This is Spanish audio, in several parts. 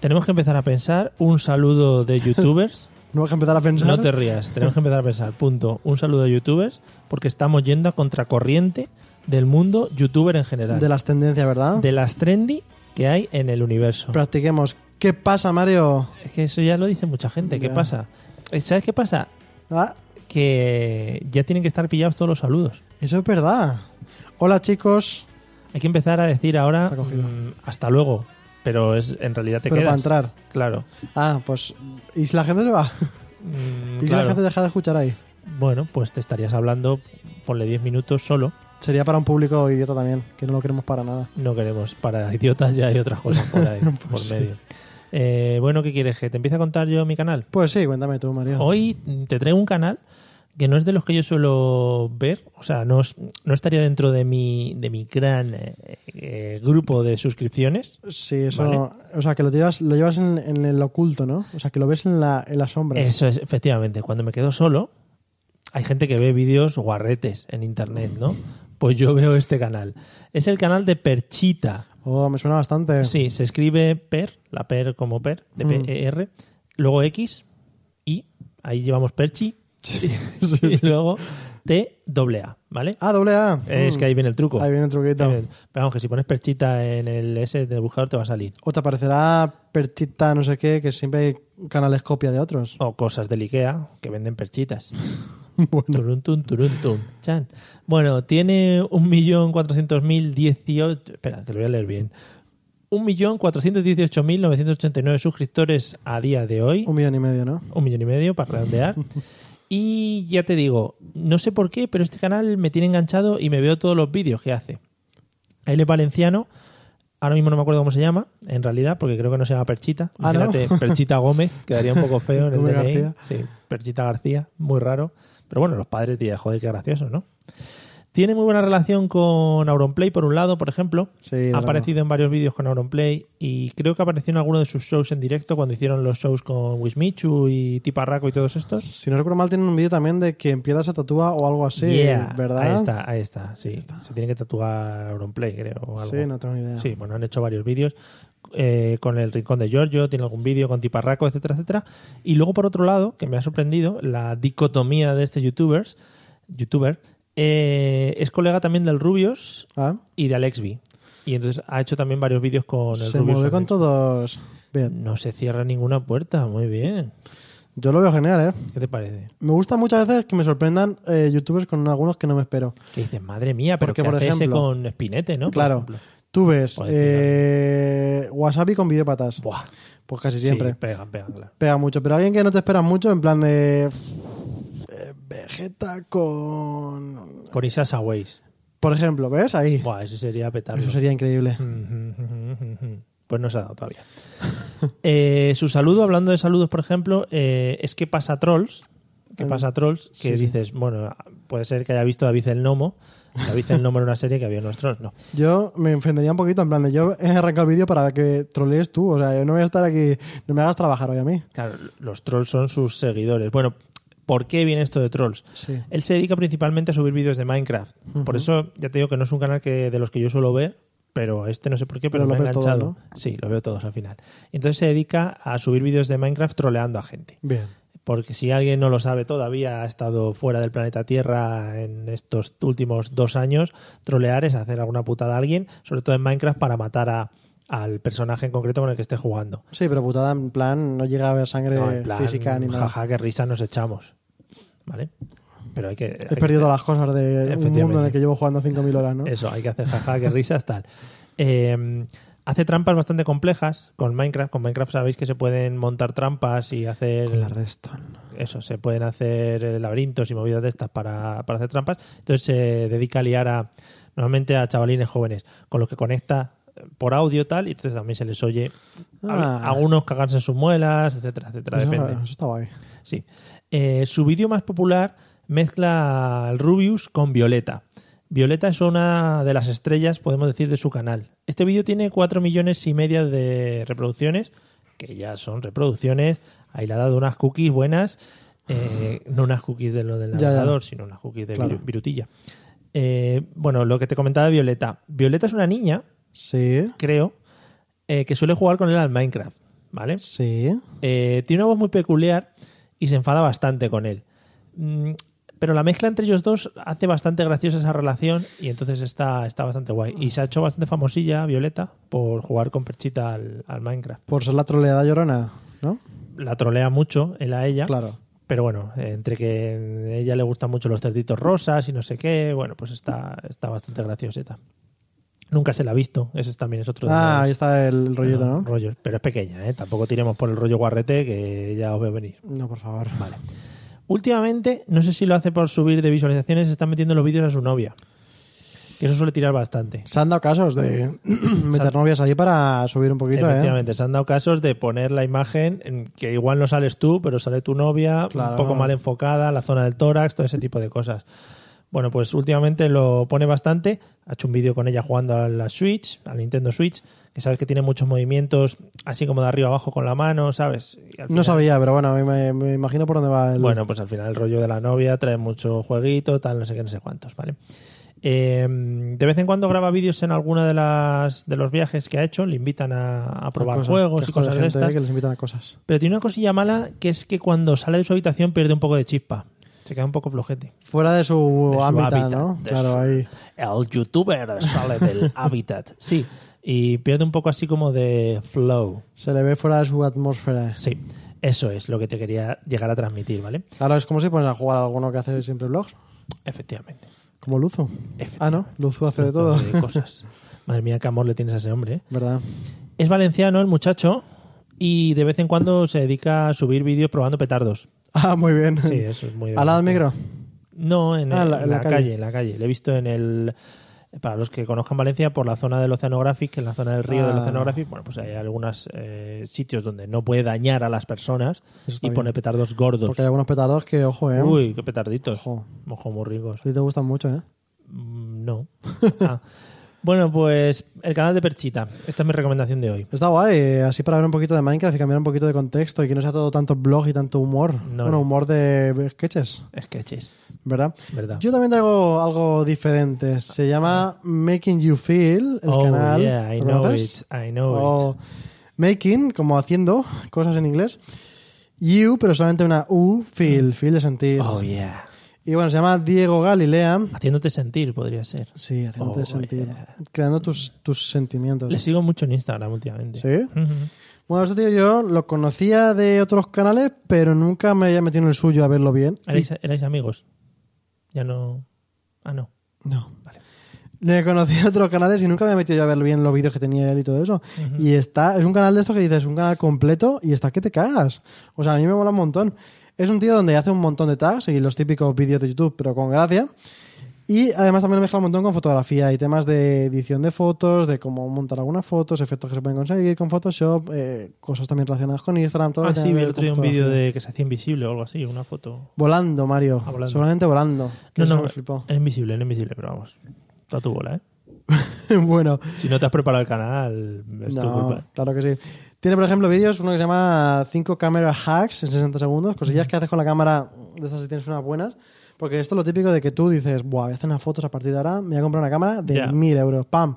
Tenemos que empezar a pensar un saludo de youtubers. Tenemos que empezar a pensar. No te rías, tenemos que empezar a pensar. Punto. Un saludo a youtubers porque estamos yendo a contracorriente del mundo youtuber en general. De las tendencias, ¿verdad? De las trendy que hay en el universo. Practiquemos. ¿Qué pasa, Mario? Es que eso ya lo dice mucha gente. ¿Qué Ya. pasa? Eh, ¿Sabes qué pasa? Ah, Que ya tienen que estar pillados todos los saludos. eso es verdad. Hola, chicos. Hay que empezar a decir ahora Está cogido. mm, hasta luego. Pero es en realidad te Pero quedas. para entrar. Claro. Ah, pues. ¿Y si la gente se va? Mm, ¿Y si la claro. gente deja de escuchar ahí? Bueno, pues te estarías hablando, ponle 10 minutos solo. Sería para un público idiota también, que no lo queremos para nada. No queremos, para idiotas ya hay otras cosas por ahí, Pues por sí. medio. Eh, bueno, ¿qué quieres? ¿Que te empiece a contar yo mi canal? Pues sí, cuéntame tú, Mario. Hoy te traigo un canal que no es de los que yo suelo ver, o sea, no, es- no estaría dentro de mi, de mi gran eh, eh, grupo de suscripciones. Sí, eso. Vale. O sea, que lo llevas, lo llevas en, en el oculto, ¿no? O sea, que lo ves en la, en la sombra. Eso es, efectivamente, cuando me quedo solo, hay gente que ve vídeos guarretes en internet, ¿no? Pues yo veo este canal. Es el canal de Perchita. Oh, me suena bastante. Sí, se escribe per, la per como per, de Mm. P-E-R, luego X, y ahí llevamos perchi, Sí. y luego T, doble A, ¿vale? Ah, doble A. Es Mm. que Eh. ahí viene el truco. Ahí viene el truquito. Pero vamos, que si pones perchita en el S del buscador te va a salir. O te aparecerá perchita, no sé qué, que siempre hay canales copia de otros. O cosas del Ikea que venden perchitas. Bueno. Turun, tun, turun, tun, chan. Bueno, tiene 1.400.018... Espera, que lo voy a leer bien. 1.418.989 suscriptores a día de hoy. Un millón y medio, ¿no? un millón y medio para redondear. Y ya te digo, no sé por qué, pero este canal me tiene enganchado y me veo todos los vídeos que hace. Él es valenciano, ahora mismo no me acuerdo cómo se llama, en realidad, porque creo que no se llama Perchita. Ah, ¿no? Imagínate, Perchita Gómez, quedaría un poco feo en el Gómez DNI. García. Sí, Perchita García, muy raro. Pero bueno, los padres, tía, joder, qué gracioso, ¿no? Tiene muy buena relación con Auronplay, por un lado, por ejemplo. Sí, de Ha drama. aparecido en varios vídeos con Auronplay y creo que apareció en alguno de sus shows en directo cuando hicieron los shows con Wismichu y Tiparraco y todos estos. Si no recuerdo mal, tienen un vídeo también de que empieza a tatúa o algo así, Yeah. ¿verdad? Ahí está, ahí está, sí. Se tiene que tatuar Auronplay, creo. O algo. Sí, no tengo ni idea. Sí, bueno, han hecho varios vídeos eh, con el Rincón de Giorgio, tiene algún vídeo con Tiparraco, etcétera, etcétera. Y luego, por otro lado, que me ha sorprendido, la dicotomía de este youtubers, youtuber, eh, es colega también del Rubios Ah, y de Alexby. Y entonces ha hecho también varios vídeos con el se Rubius mueve con Alexby. todos. Bien. No se cierra ninguna puerta, muy bien. Yo lo veo genial, ¿eh? ¿Qué te parece? Me gusta muchas veces que me sorprendan eh, youtubers con algunos que no me espero. Que dices, madre mía, pero Porque, que por hace ese ejemplo- con Spinete, ¿no? Por Claro. ejemplo. Tú ves Por decir eh, wasabi con videópatas. Buah, Pues casi sí, siempre. pegan, pegan, claro. Pega mucho. Pero alguien que no te espera mucho, en plan de. eh, Vegeta con. Con Isasa Ways. Por ejemplo, ¿ves? Ahí. Buah, Mm. eso sería petarlo. Eso sería increíble. Pues no se ha dado todavía. Eh, su saludo, hablando de saludos, por ejemplo, eh, es que pasa trolls. Que Ah, pasa trolls, sí, que sí. dices, bueno, puede ser que haya visto David el Nomo. David el Nomo era una serie que había unos trolls, no. Yo me ofendería un poquito, en plan de. Yo he arrancado el vídeo para que trolees tú. O sea, yo no voy a estar aquí. No me hagas trabajar hoy a mí. Claro, los trolls son sus seguidores. Bueno, ¿por qué viene esto de trolls? Sí. Él se dedica principalmente a subir vídeos de Minecraft. Por eso ya te digo que no es un canal que, de los que yo suelo ver, pero este no sé por qué, pero, Pero me lo ha ves todo, enganchado. Sí, lo veo todos al final. Entonces se dedica a subir vídeos de Minecraft troleando a gente. Bien. Porque si alguien no lo sabe todavía, ha estado fuera del planeta Tierra en estos últimos dos años, trolear es hacer alguna putada a alguien, sobre todo en Minecraft, para matar a- al personaje en concreto con el que esté jugando. Sí, pero putada, en plan, no llega a haber sangre No, en plan, Eh, física ni nada. Jaja, qué risa nos echamos. ¿Vale? Pero hay que. hay He que- perdido todas las cosas de un Efectivamente. mundo en el que llevo jugando 5.000 hoauras, ¿no? Eso, hay que hacer jaja, qué risas, tal. Eh, hace trampas bastante complejas con Minecraft. Con Minecraft sabéis que se pueden montar trampas y hacer Con la Redstone. eso, se pueden hacer eh, laberintos y movidas de estas para, para hacer trampas. Entonces se dedica a liar a normalmente a chavalines jóvenes, con los que conecta eh, por audio tal, y entonces también se les oye a- Ah. algunos cagarse en sus muelas, etcétera, etcétera, Eso- depende. Eso está guay. Sí. Eh, su vídeo más popular mezcla al Rubius con Violeta. Violeta es una de las estrellas, podemos decir, de su canal. Este vídeo tiene 4 millones y media de reproducciones, que ya son reproducciones. Ahí le ha dado unas cookies buenas, eh, no unas cookies de lo del Ya, ya. navegador, sino unas cookies de Claro. viru- virutilla. Eh, bueno, lo que te comentaba de Violeta. Violeta es una niña, Sí, creo, eh, que suele jugar con él al Minecraft, ¿vale? sí. Eh, tiene una voz muy peculiar y se enfada bastante con él. Mm, pero la mezcla entre ellos dos hace bastante graciosa esa relación y entonces está, está bastante guay. Y se ha hecho bastante famosilla, Violeta, por jugar con Perchita al, al Minecraft. Por ser la troleada llorona, ¿no? La trolea mucho, él a ella. Claro. Pero bueno, eh, entre que a ella le gustan mucho los cerditos rosas y no sé qué, bueno, pues está, está bastante gracioseta. Nunca se la ha visto, ese también es otro de Ah, los- ahí está el de los rollito, ¿no? rollos. Pero es pequeña, ¿eh? Tampoco tiremos por el rollo guarrete que ya os veo venir. No, por favor. Vale. Últimamente, no sé si lo hace por subir de visualizaciones, está metiendo los vídeos a su novia. Que eso suele tirar bastante. Se han dado casos de meter novias ahí para subir un poquito, ¿eh? Efectivamente, se han dado casos de poner la imagen en que igual no sales tú, pero sale tu novia, un Claro. poco mal enfocada, la zona del tórax, todo ese tipo de cosas. Bueno, pues últimamente lo pone bastante. Ha hecho un vídeo con ella jugando a la Switch, al Nintendo Switch, que sabes que tiene muchos movimientos, así como de arriba abajo con la mano, ¿sabes? Y al No final- sabía, pero bueno, a mí me, me imagino por dónde va el... Bueno, pues al final el rollo de la novia trae mucho jueguito, tal, no sé qué, no sé cuántos, ¿vale? Eh, de vez en cuando graba vídeos en alguna de las de los viajes que ha hecho, le invitan a, a probar cosas, juegos y quejo de cosas de gente estas. Que les invitan a cosas. Pero tiene una cosilla mala que es que cuando sale de su habitación pierde un poco de chispa. Se queda un poco flojete. Fuera de su su ámbito, hábitat, ¿no? de Claro, su- ahí. El youtuber sale del hábitat. Sí. Y pierde un poco así como de flow. Se le ve fuera de su atmósfera. Sí. Eso es lo que te quería llegar a transmitir, ¿vale? Claro, es como si pones a jugar a alguno que hace siempre vlogs. Efectivamente. Como Luzu. Efectivamente. Ah, no. Luzu hace de todo. Todo de cosas. Madre mía, qué amor le tienes a ese hombre. ¿eh? ¿Verdad? Es valenciano el muchacho y de vez en cuando se dedica a subir vídeos probando petardos. Ah, muy bien. Sí, eh, eso es muy ¿Al lado del divertido. micro? No, en, el- Ah, en la- en la, calle. en la calle. Le he visto en el... Para los que conozcan Valencia, por la zona del Oceanographic, en la zona del río del Ah. Oceanographic, bueno, pues hay algunos sitios donde no puede dañar a las personas Eso está y pone bien. petardos gordos. Porque hay algunos petardos que, ojo, ¿eh? Uy, qué petarditos. Ojo. Mojo muy ricos. A ti te gustan mucho, ¿eh? Mm, No. Ah. Bueno, pues el canal de Perchita. Esta es mi recomendación de hoy. Está guay, eh, así para ver un poquito de Minecraft y cambiar un poquito de contexto y que no sea todo tanto blog y tanto humor. No, bueno, no. humor de sketches, Sketches, ¿verdad? ¿verdad? Yo también traigo algo diferente. Se llama Making You Feel, el oh, canal. yeah, I ¿Lo know conoces? Oh, it. I know O making, como haciendo cosas en inglés. You, pero solamente una U, feel, feel de it. sentir. Oh, yeah. Y bueno, se llama Diego Galilea. Haciéndote sentir, podría ser. Sí, haciéndote Oh, sentir. yeah. Creando tus, tus sentimientos. Le sigo mucho en Instagram últimamente. ¿Sí? Ujú. Bueno, este tío yo lo conocía de otros canales, pero nunca me había metido en el suyo a verlo bien. Y- ¿Erais, erais amigos? Ya no... Ah, no. No. Vale. Le conocía de otros canales y nunca me había metido yo a ver bien los vídeos que tenía él y todo eso. Y está, es un canal de esto que dices, un canal completo y está que te cagas. O sea, a mí me mola un montón. Es un tío donde hace un montón de tags y los típicos vídeos de YouTube, pero con gracia. Y además también mezcla un montón con fotografía y temas de edición de fotos, de cómo montar algunas fotos, efectos que se pueden conseguir con Photoshop, eh, cosas también relacionadas con Instagram. Todo lo Ah, que sí, tenga que vi ver el otro día con un vídeo fotografía. de que se hacía invisible o algo así, una foto. Volando, Mario. Ah, volando. Seguramente volando. que No, eso no, me flipó. era invisible, era invisible, pero vamos. Está tu bola, ¿eh? bueno, Si no te has preparado el canal, es tu No, culpa. claro que sí. Tiene, por ejemplo, vídeos, uno que se llama 5 camera hacks en 60 segundos, cosillas que haces con la cámara, de estas si tienes unas buenas, porque esto es lo típico de que tú dices, Buah, voy a hacer unas fotos a partir de ahora, me voy a comprar una cámara de Ya. 1000 euros, ¡pam!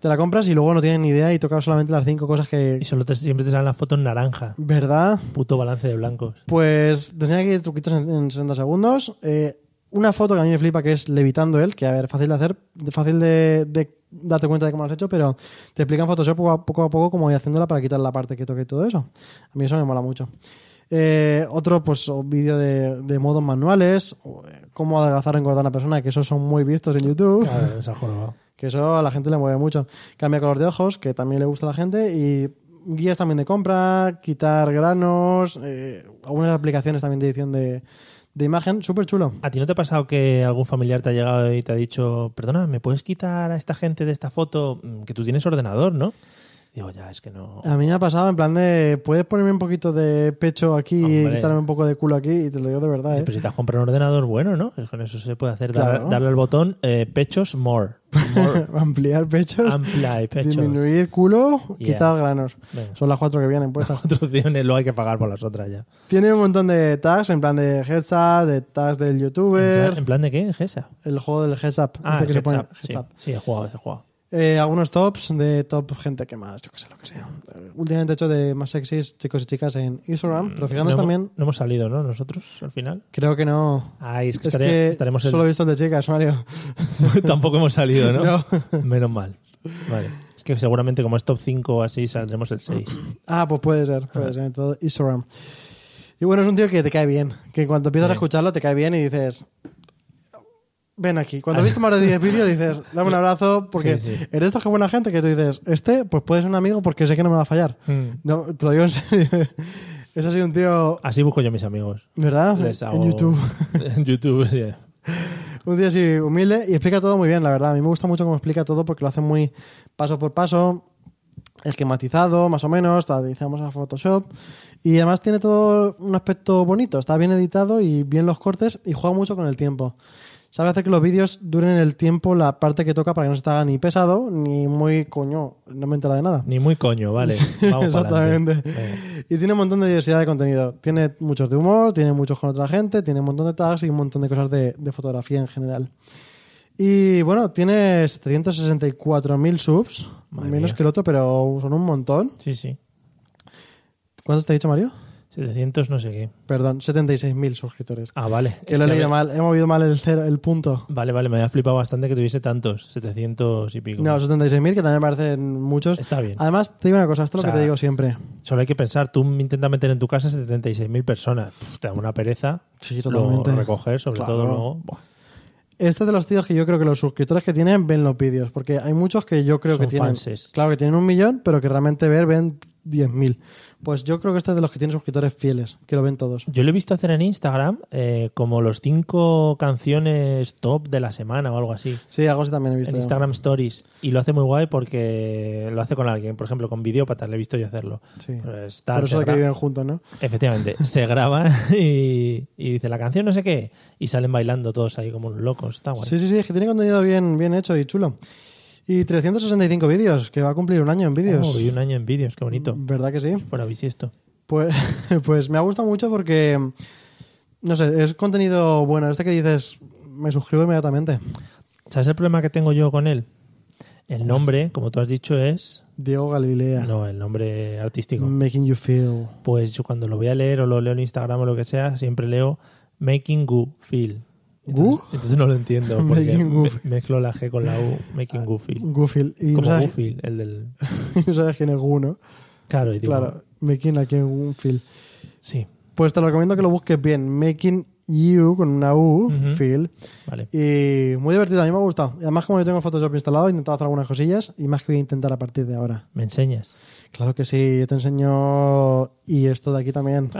Te la compras y luego no tienes ni idea y tocas solamente las cinco cosas que... Y solo te- siempre te salen las fotos en naranja. ¿Verdad? Puto balance de blancos. Pues te enseña aquí truquitos en, en 60 segundos. Eh, una foto que a mí me flipa que es levitando él, que a ver, fácil de hacer, de- fácil de, de darte cuenta de cómo lo has hecho, pero te explica en Photoshop poco a poco, a poco cómo ir haciéndola para quitar la parte que toque y todo eso. A mí eso me mola mucho. Eh, otro, pues, o vídeo de, de modos manuales, o, eh, cómo adelgazar o engordar a una persona, que esos son muy vistos en YouTube. Claro, se ha jorobado. Que eso a la gente le mueve mucho. Cambia color de ojos, que también le gusta a la gente. Y guías también de compra, quitar granos, eh, algunas aplicaciones también de edición de, de imagen. Súper chulo. ¿A ti no te ha pasado que algún familiar te ha llegado y te ha dicho, perdona, ¿me puedes quitar a esta gente de esta foto? Mm, Que tú tienes ordenador, ¿no? Digo, ya, es que no. A mí me ha pasado en plan de, puedes ponerme un poquito de pecho aquí Hombre. y quitarme un poco de culo aquí, y te lo digo de verdad. ¿eh? Pero si te has comprado un ordenador bueno, ¿no? Con eso se puede hacer, dar- Claro. darle al botón eh, pechos more. more. Ampliar pechos, Amplia y Ah, pechos. disminuir culo, Yeah. quitar granos. Venga. Son las cuatro que vienen puestas. Otras opciones, luego hay que pagar por las otras ya. Tiene un montón de tags, en plan de headsap, de tags del ¿En plan- youtuber, ¿En plan de qué? ¿En Gesa? el juego del headsap, Ah, este que se Heads pone Up, sí. heads up. Sí, he jugado, he jugado. Eh, algunos tops de top gente que más, yo que sé lo que sea. Eh, Últimamente he hecho de más sexys chicos y chicas en Instagram, pero Mm, No fijándonos hemos- también, No hemos salido, ¿no? Nosotros, al final. creo que no. Ay, es que, Es estaré- que estaremos en- solo he visto el de chicas, Mario. Tampoco hemos salido, ¿no? No. Menos mal. Vale. Es que seguramente como es top 5 o así saldremos el 6. Ah, pues puede ser, puede ser, en todo Instagram. Y bueno, es un tío que te cae bien, que en cuanto empiezas a Sí. escucharlo te cae bien y dices, ven aquí. Cuando has visto más de 10 vídeos dices, dame un abrazo, porque Sí, sí. eres de estos que buena gente que tú dices, este, pues puede ser un amigo porque sé que no me va a fallar. No, te lo digo en serio. Es así un tío, Así busco yo a mis amigos. ¿verdad? Les hago- Ah, En YouTube. en YouTube, sí. Un tío así humilde y explica todo muy bien, la verdad. A mí me gusta mucho cómo explica todo porque lo hace muy paso por paso, esquematizado, más o menos, utilizamos a Photoshop. Y además tiene todo un aspecto bonito, está bien editado y bien los cortes y juega mucho con el tiempo. Sabe hacer que los vídeos duren el tiempo, la parte que toca, para que no se te haga ni pesado ni muy coño, no me entera de nada. Ni muy coño, vale. Vamos pa'lante. Exactamente. Venga. Y tiene un montón de diversidad de contenido. Tiene muchos de humor, tiene muchos con otra gente, tiene un montón de tags y un montón de cosas de, de fotografía en general. Y bueno, tiene 764.000 subs, Madre menos mía. que el otro, pero son un montón. Sí, sí. ¿Cuántos te he dicho, Mario? 700 no sé qué. Perdón, 76.000 suscriptores. Ah, vale. Que Es lo he que a leído ver- mal, he movido mal el, cero, el punto. Vale, vale. Me había flipado bastante que tuviese tantos. 700 y pico. No, 76.000, que también me parecen muchos. Está bien. Además, te digo una cosa, esto es O lo sea, que te digo siempre. Solo hay que pensar, tú intentas meter en tu casa 76.000 personas. Pff, te da una pereza. Sí, Luego totalmente. recoger, sobre Claro. todo luego. Buah, Este es de los tíos que yo creo que los suscriptores que tienen ven los vídeos, porque hay muchos que yo creo Son que tienen. fanses. Claro, que tienen un millón, pero que realmente ver ven 10.000. Pues yo creo que este es de los que tienen suscriptores fieles, que lo ven todos. Yo lo he visto hacer en Instagram eh, como los cinco canciones top de la semana o algo así. Sí, algo así también he visto. En yo. Instagram Stories. Y lo hace muy guay porque lo hace con alguien. Por ejemplo, con Videópatas le he visto yo hacerlo. Sí. Pues, tal, Ah, Por eso se de que gra- viven juntos, ¿no? Efectivamente. se graba y, y dice la canción no sé qué. Y salen bailando todos ahí como unos locos. Está guay. Sí, sí, sí, es que tiene contenido bien, bien hecho y chulo. Y 365 vídeos, que va a cumplir un año en vídeos. Mm. Oh, y un año en vídeos. Qué bonito. ¿Verdad que sí? Fuera bisiesto. Pues, pues me ha gustado mucho porque, no sé, es contenido bueno. Este que dices, me suscribo inmediatamente. ¿Sabes el problema que tengo yo con él? El nombre, como tú has dicho, es... Diego Galilea. No, el nombre artístico. Making you feel. Pues yo cuando lo voy a leer o lo leo en Instagram o lo que sea, siempre leo Making Goo Feel. Entonces, ¿Goo? entonces no lo entiendo porque Making Goo me- Feel. mezclo la G con la U, Making Goo Feel. Goofy. Y no Como Goo sabes, Feel, el del... no sabes quién es Gu, ¿no? Claro, y digo, Claro, Making aquí en Goofy. sí, Pues te lo recomiendo que lo busques bien. Making You con una U, Ujú. Phil. vale. Y muy divertido, a mí me ha gustado. Y además, como yo tengo Photoshop instalado, he intentado hacer algunas cosillas y más que voy a intentar a partir de ahora. ¿Me enseñas? Claro que sí, yo te enseño. Y esto de aquí también.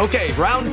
Okay, round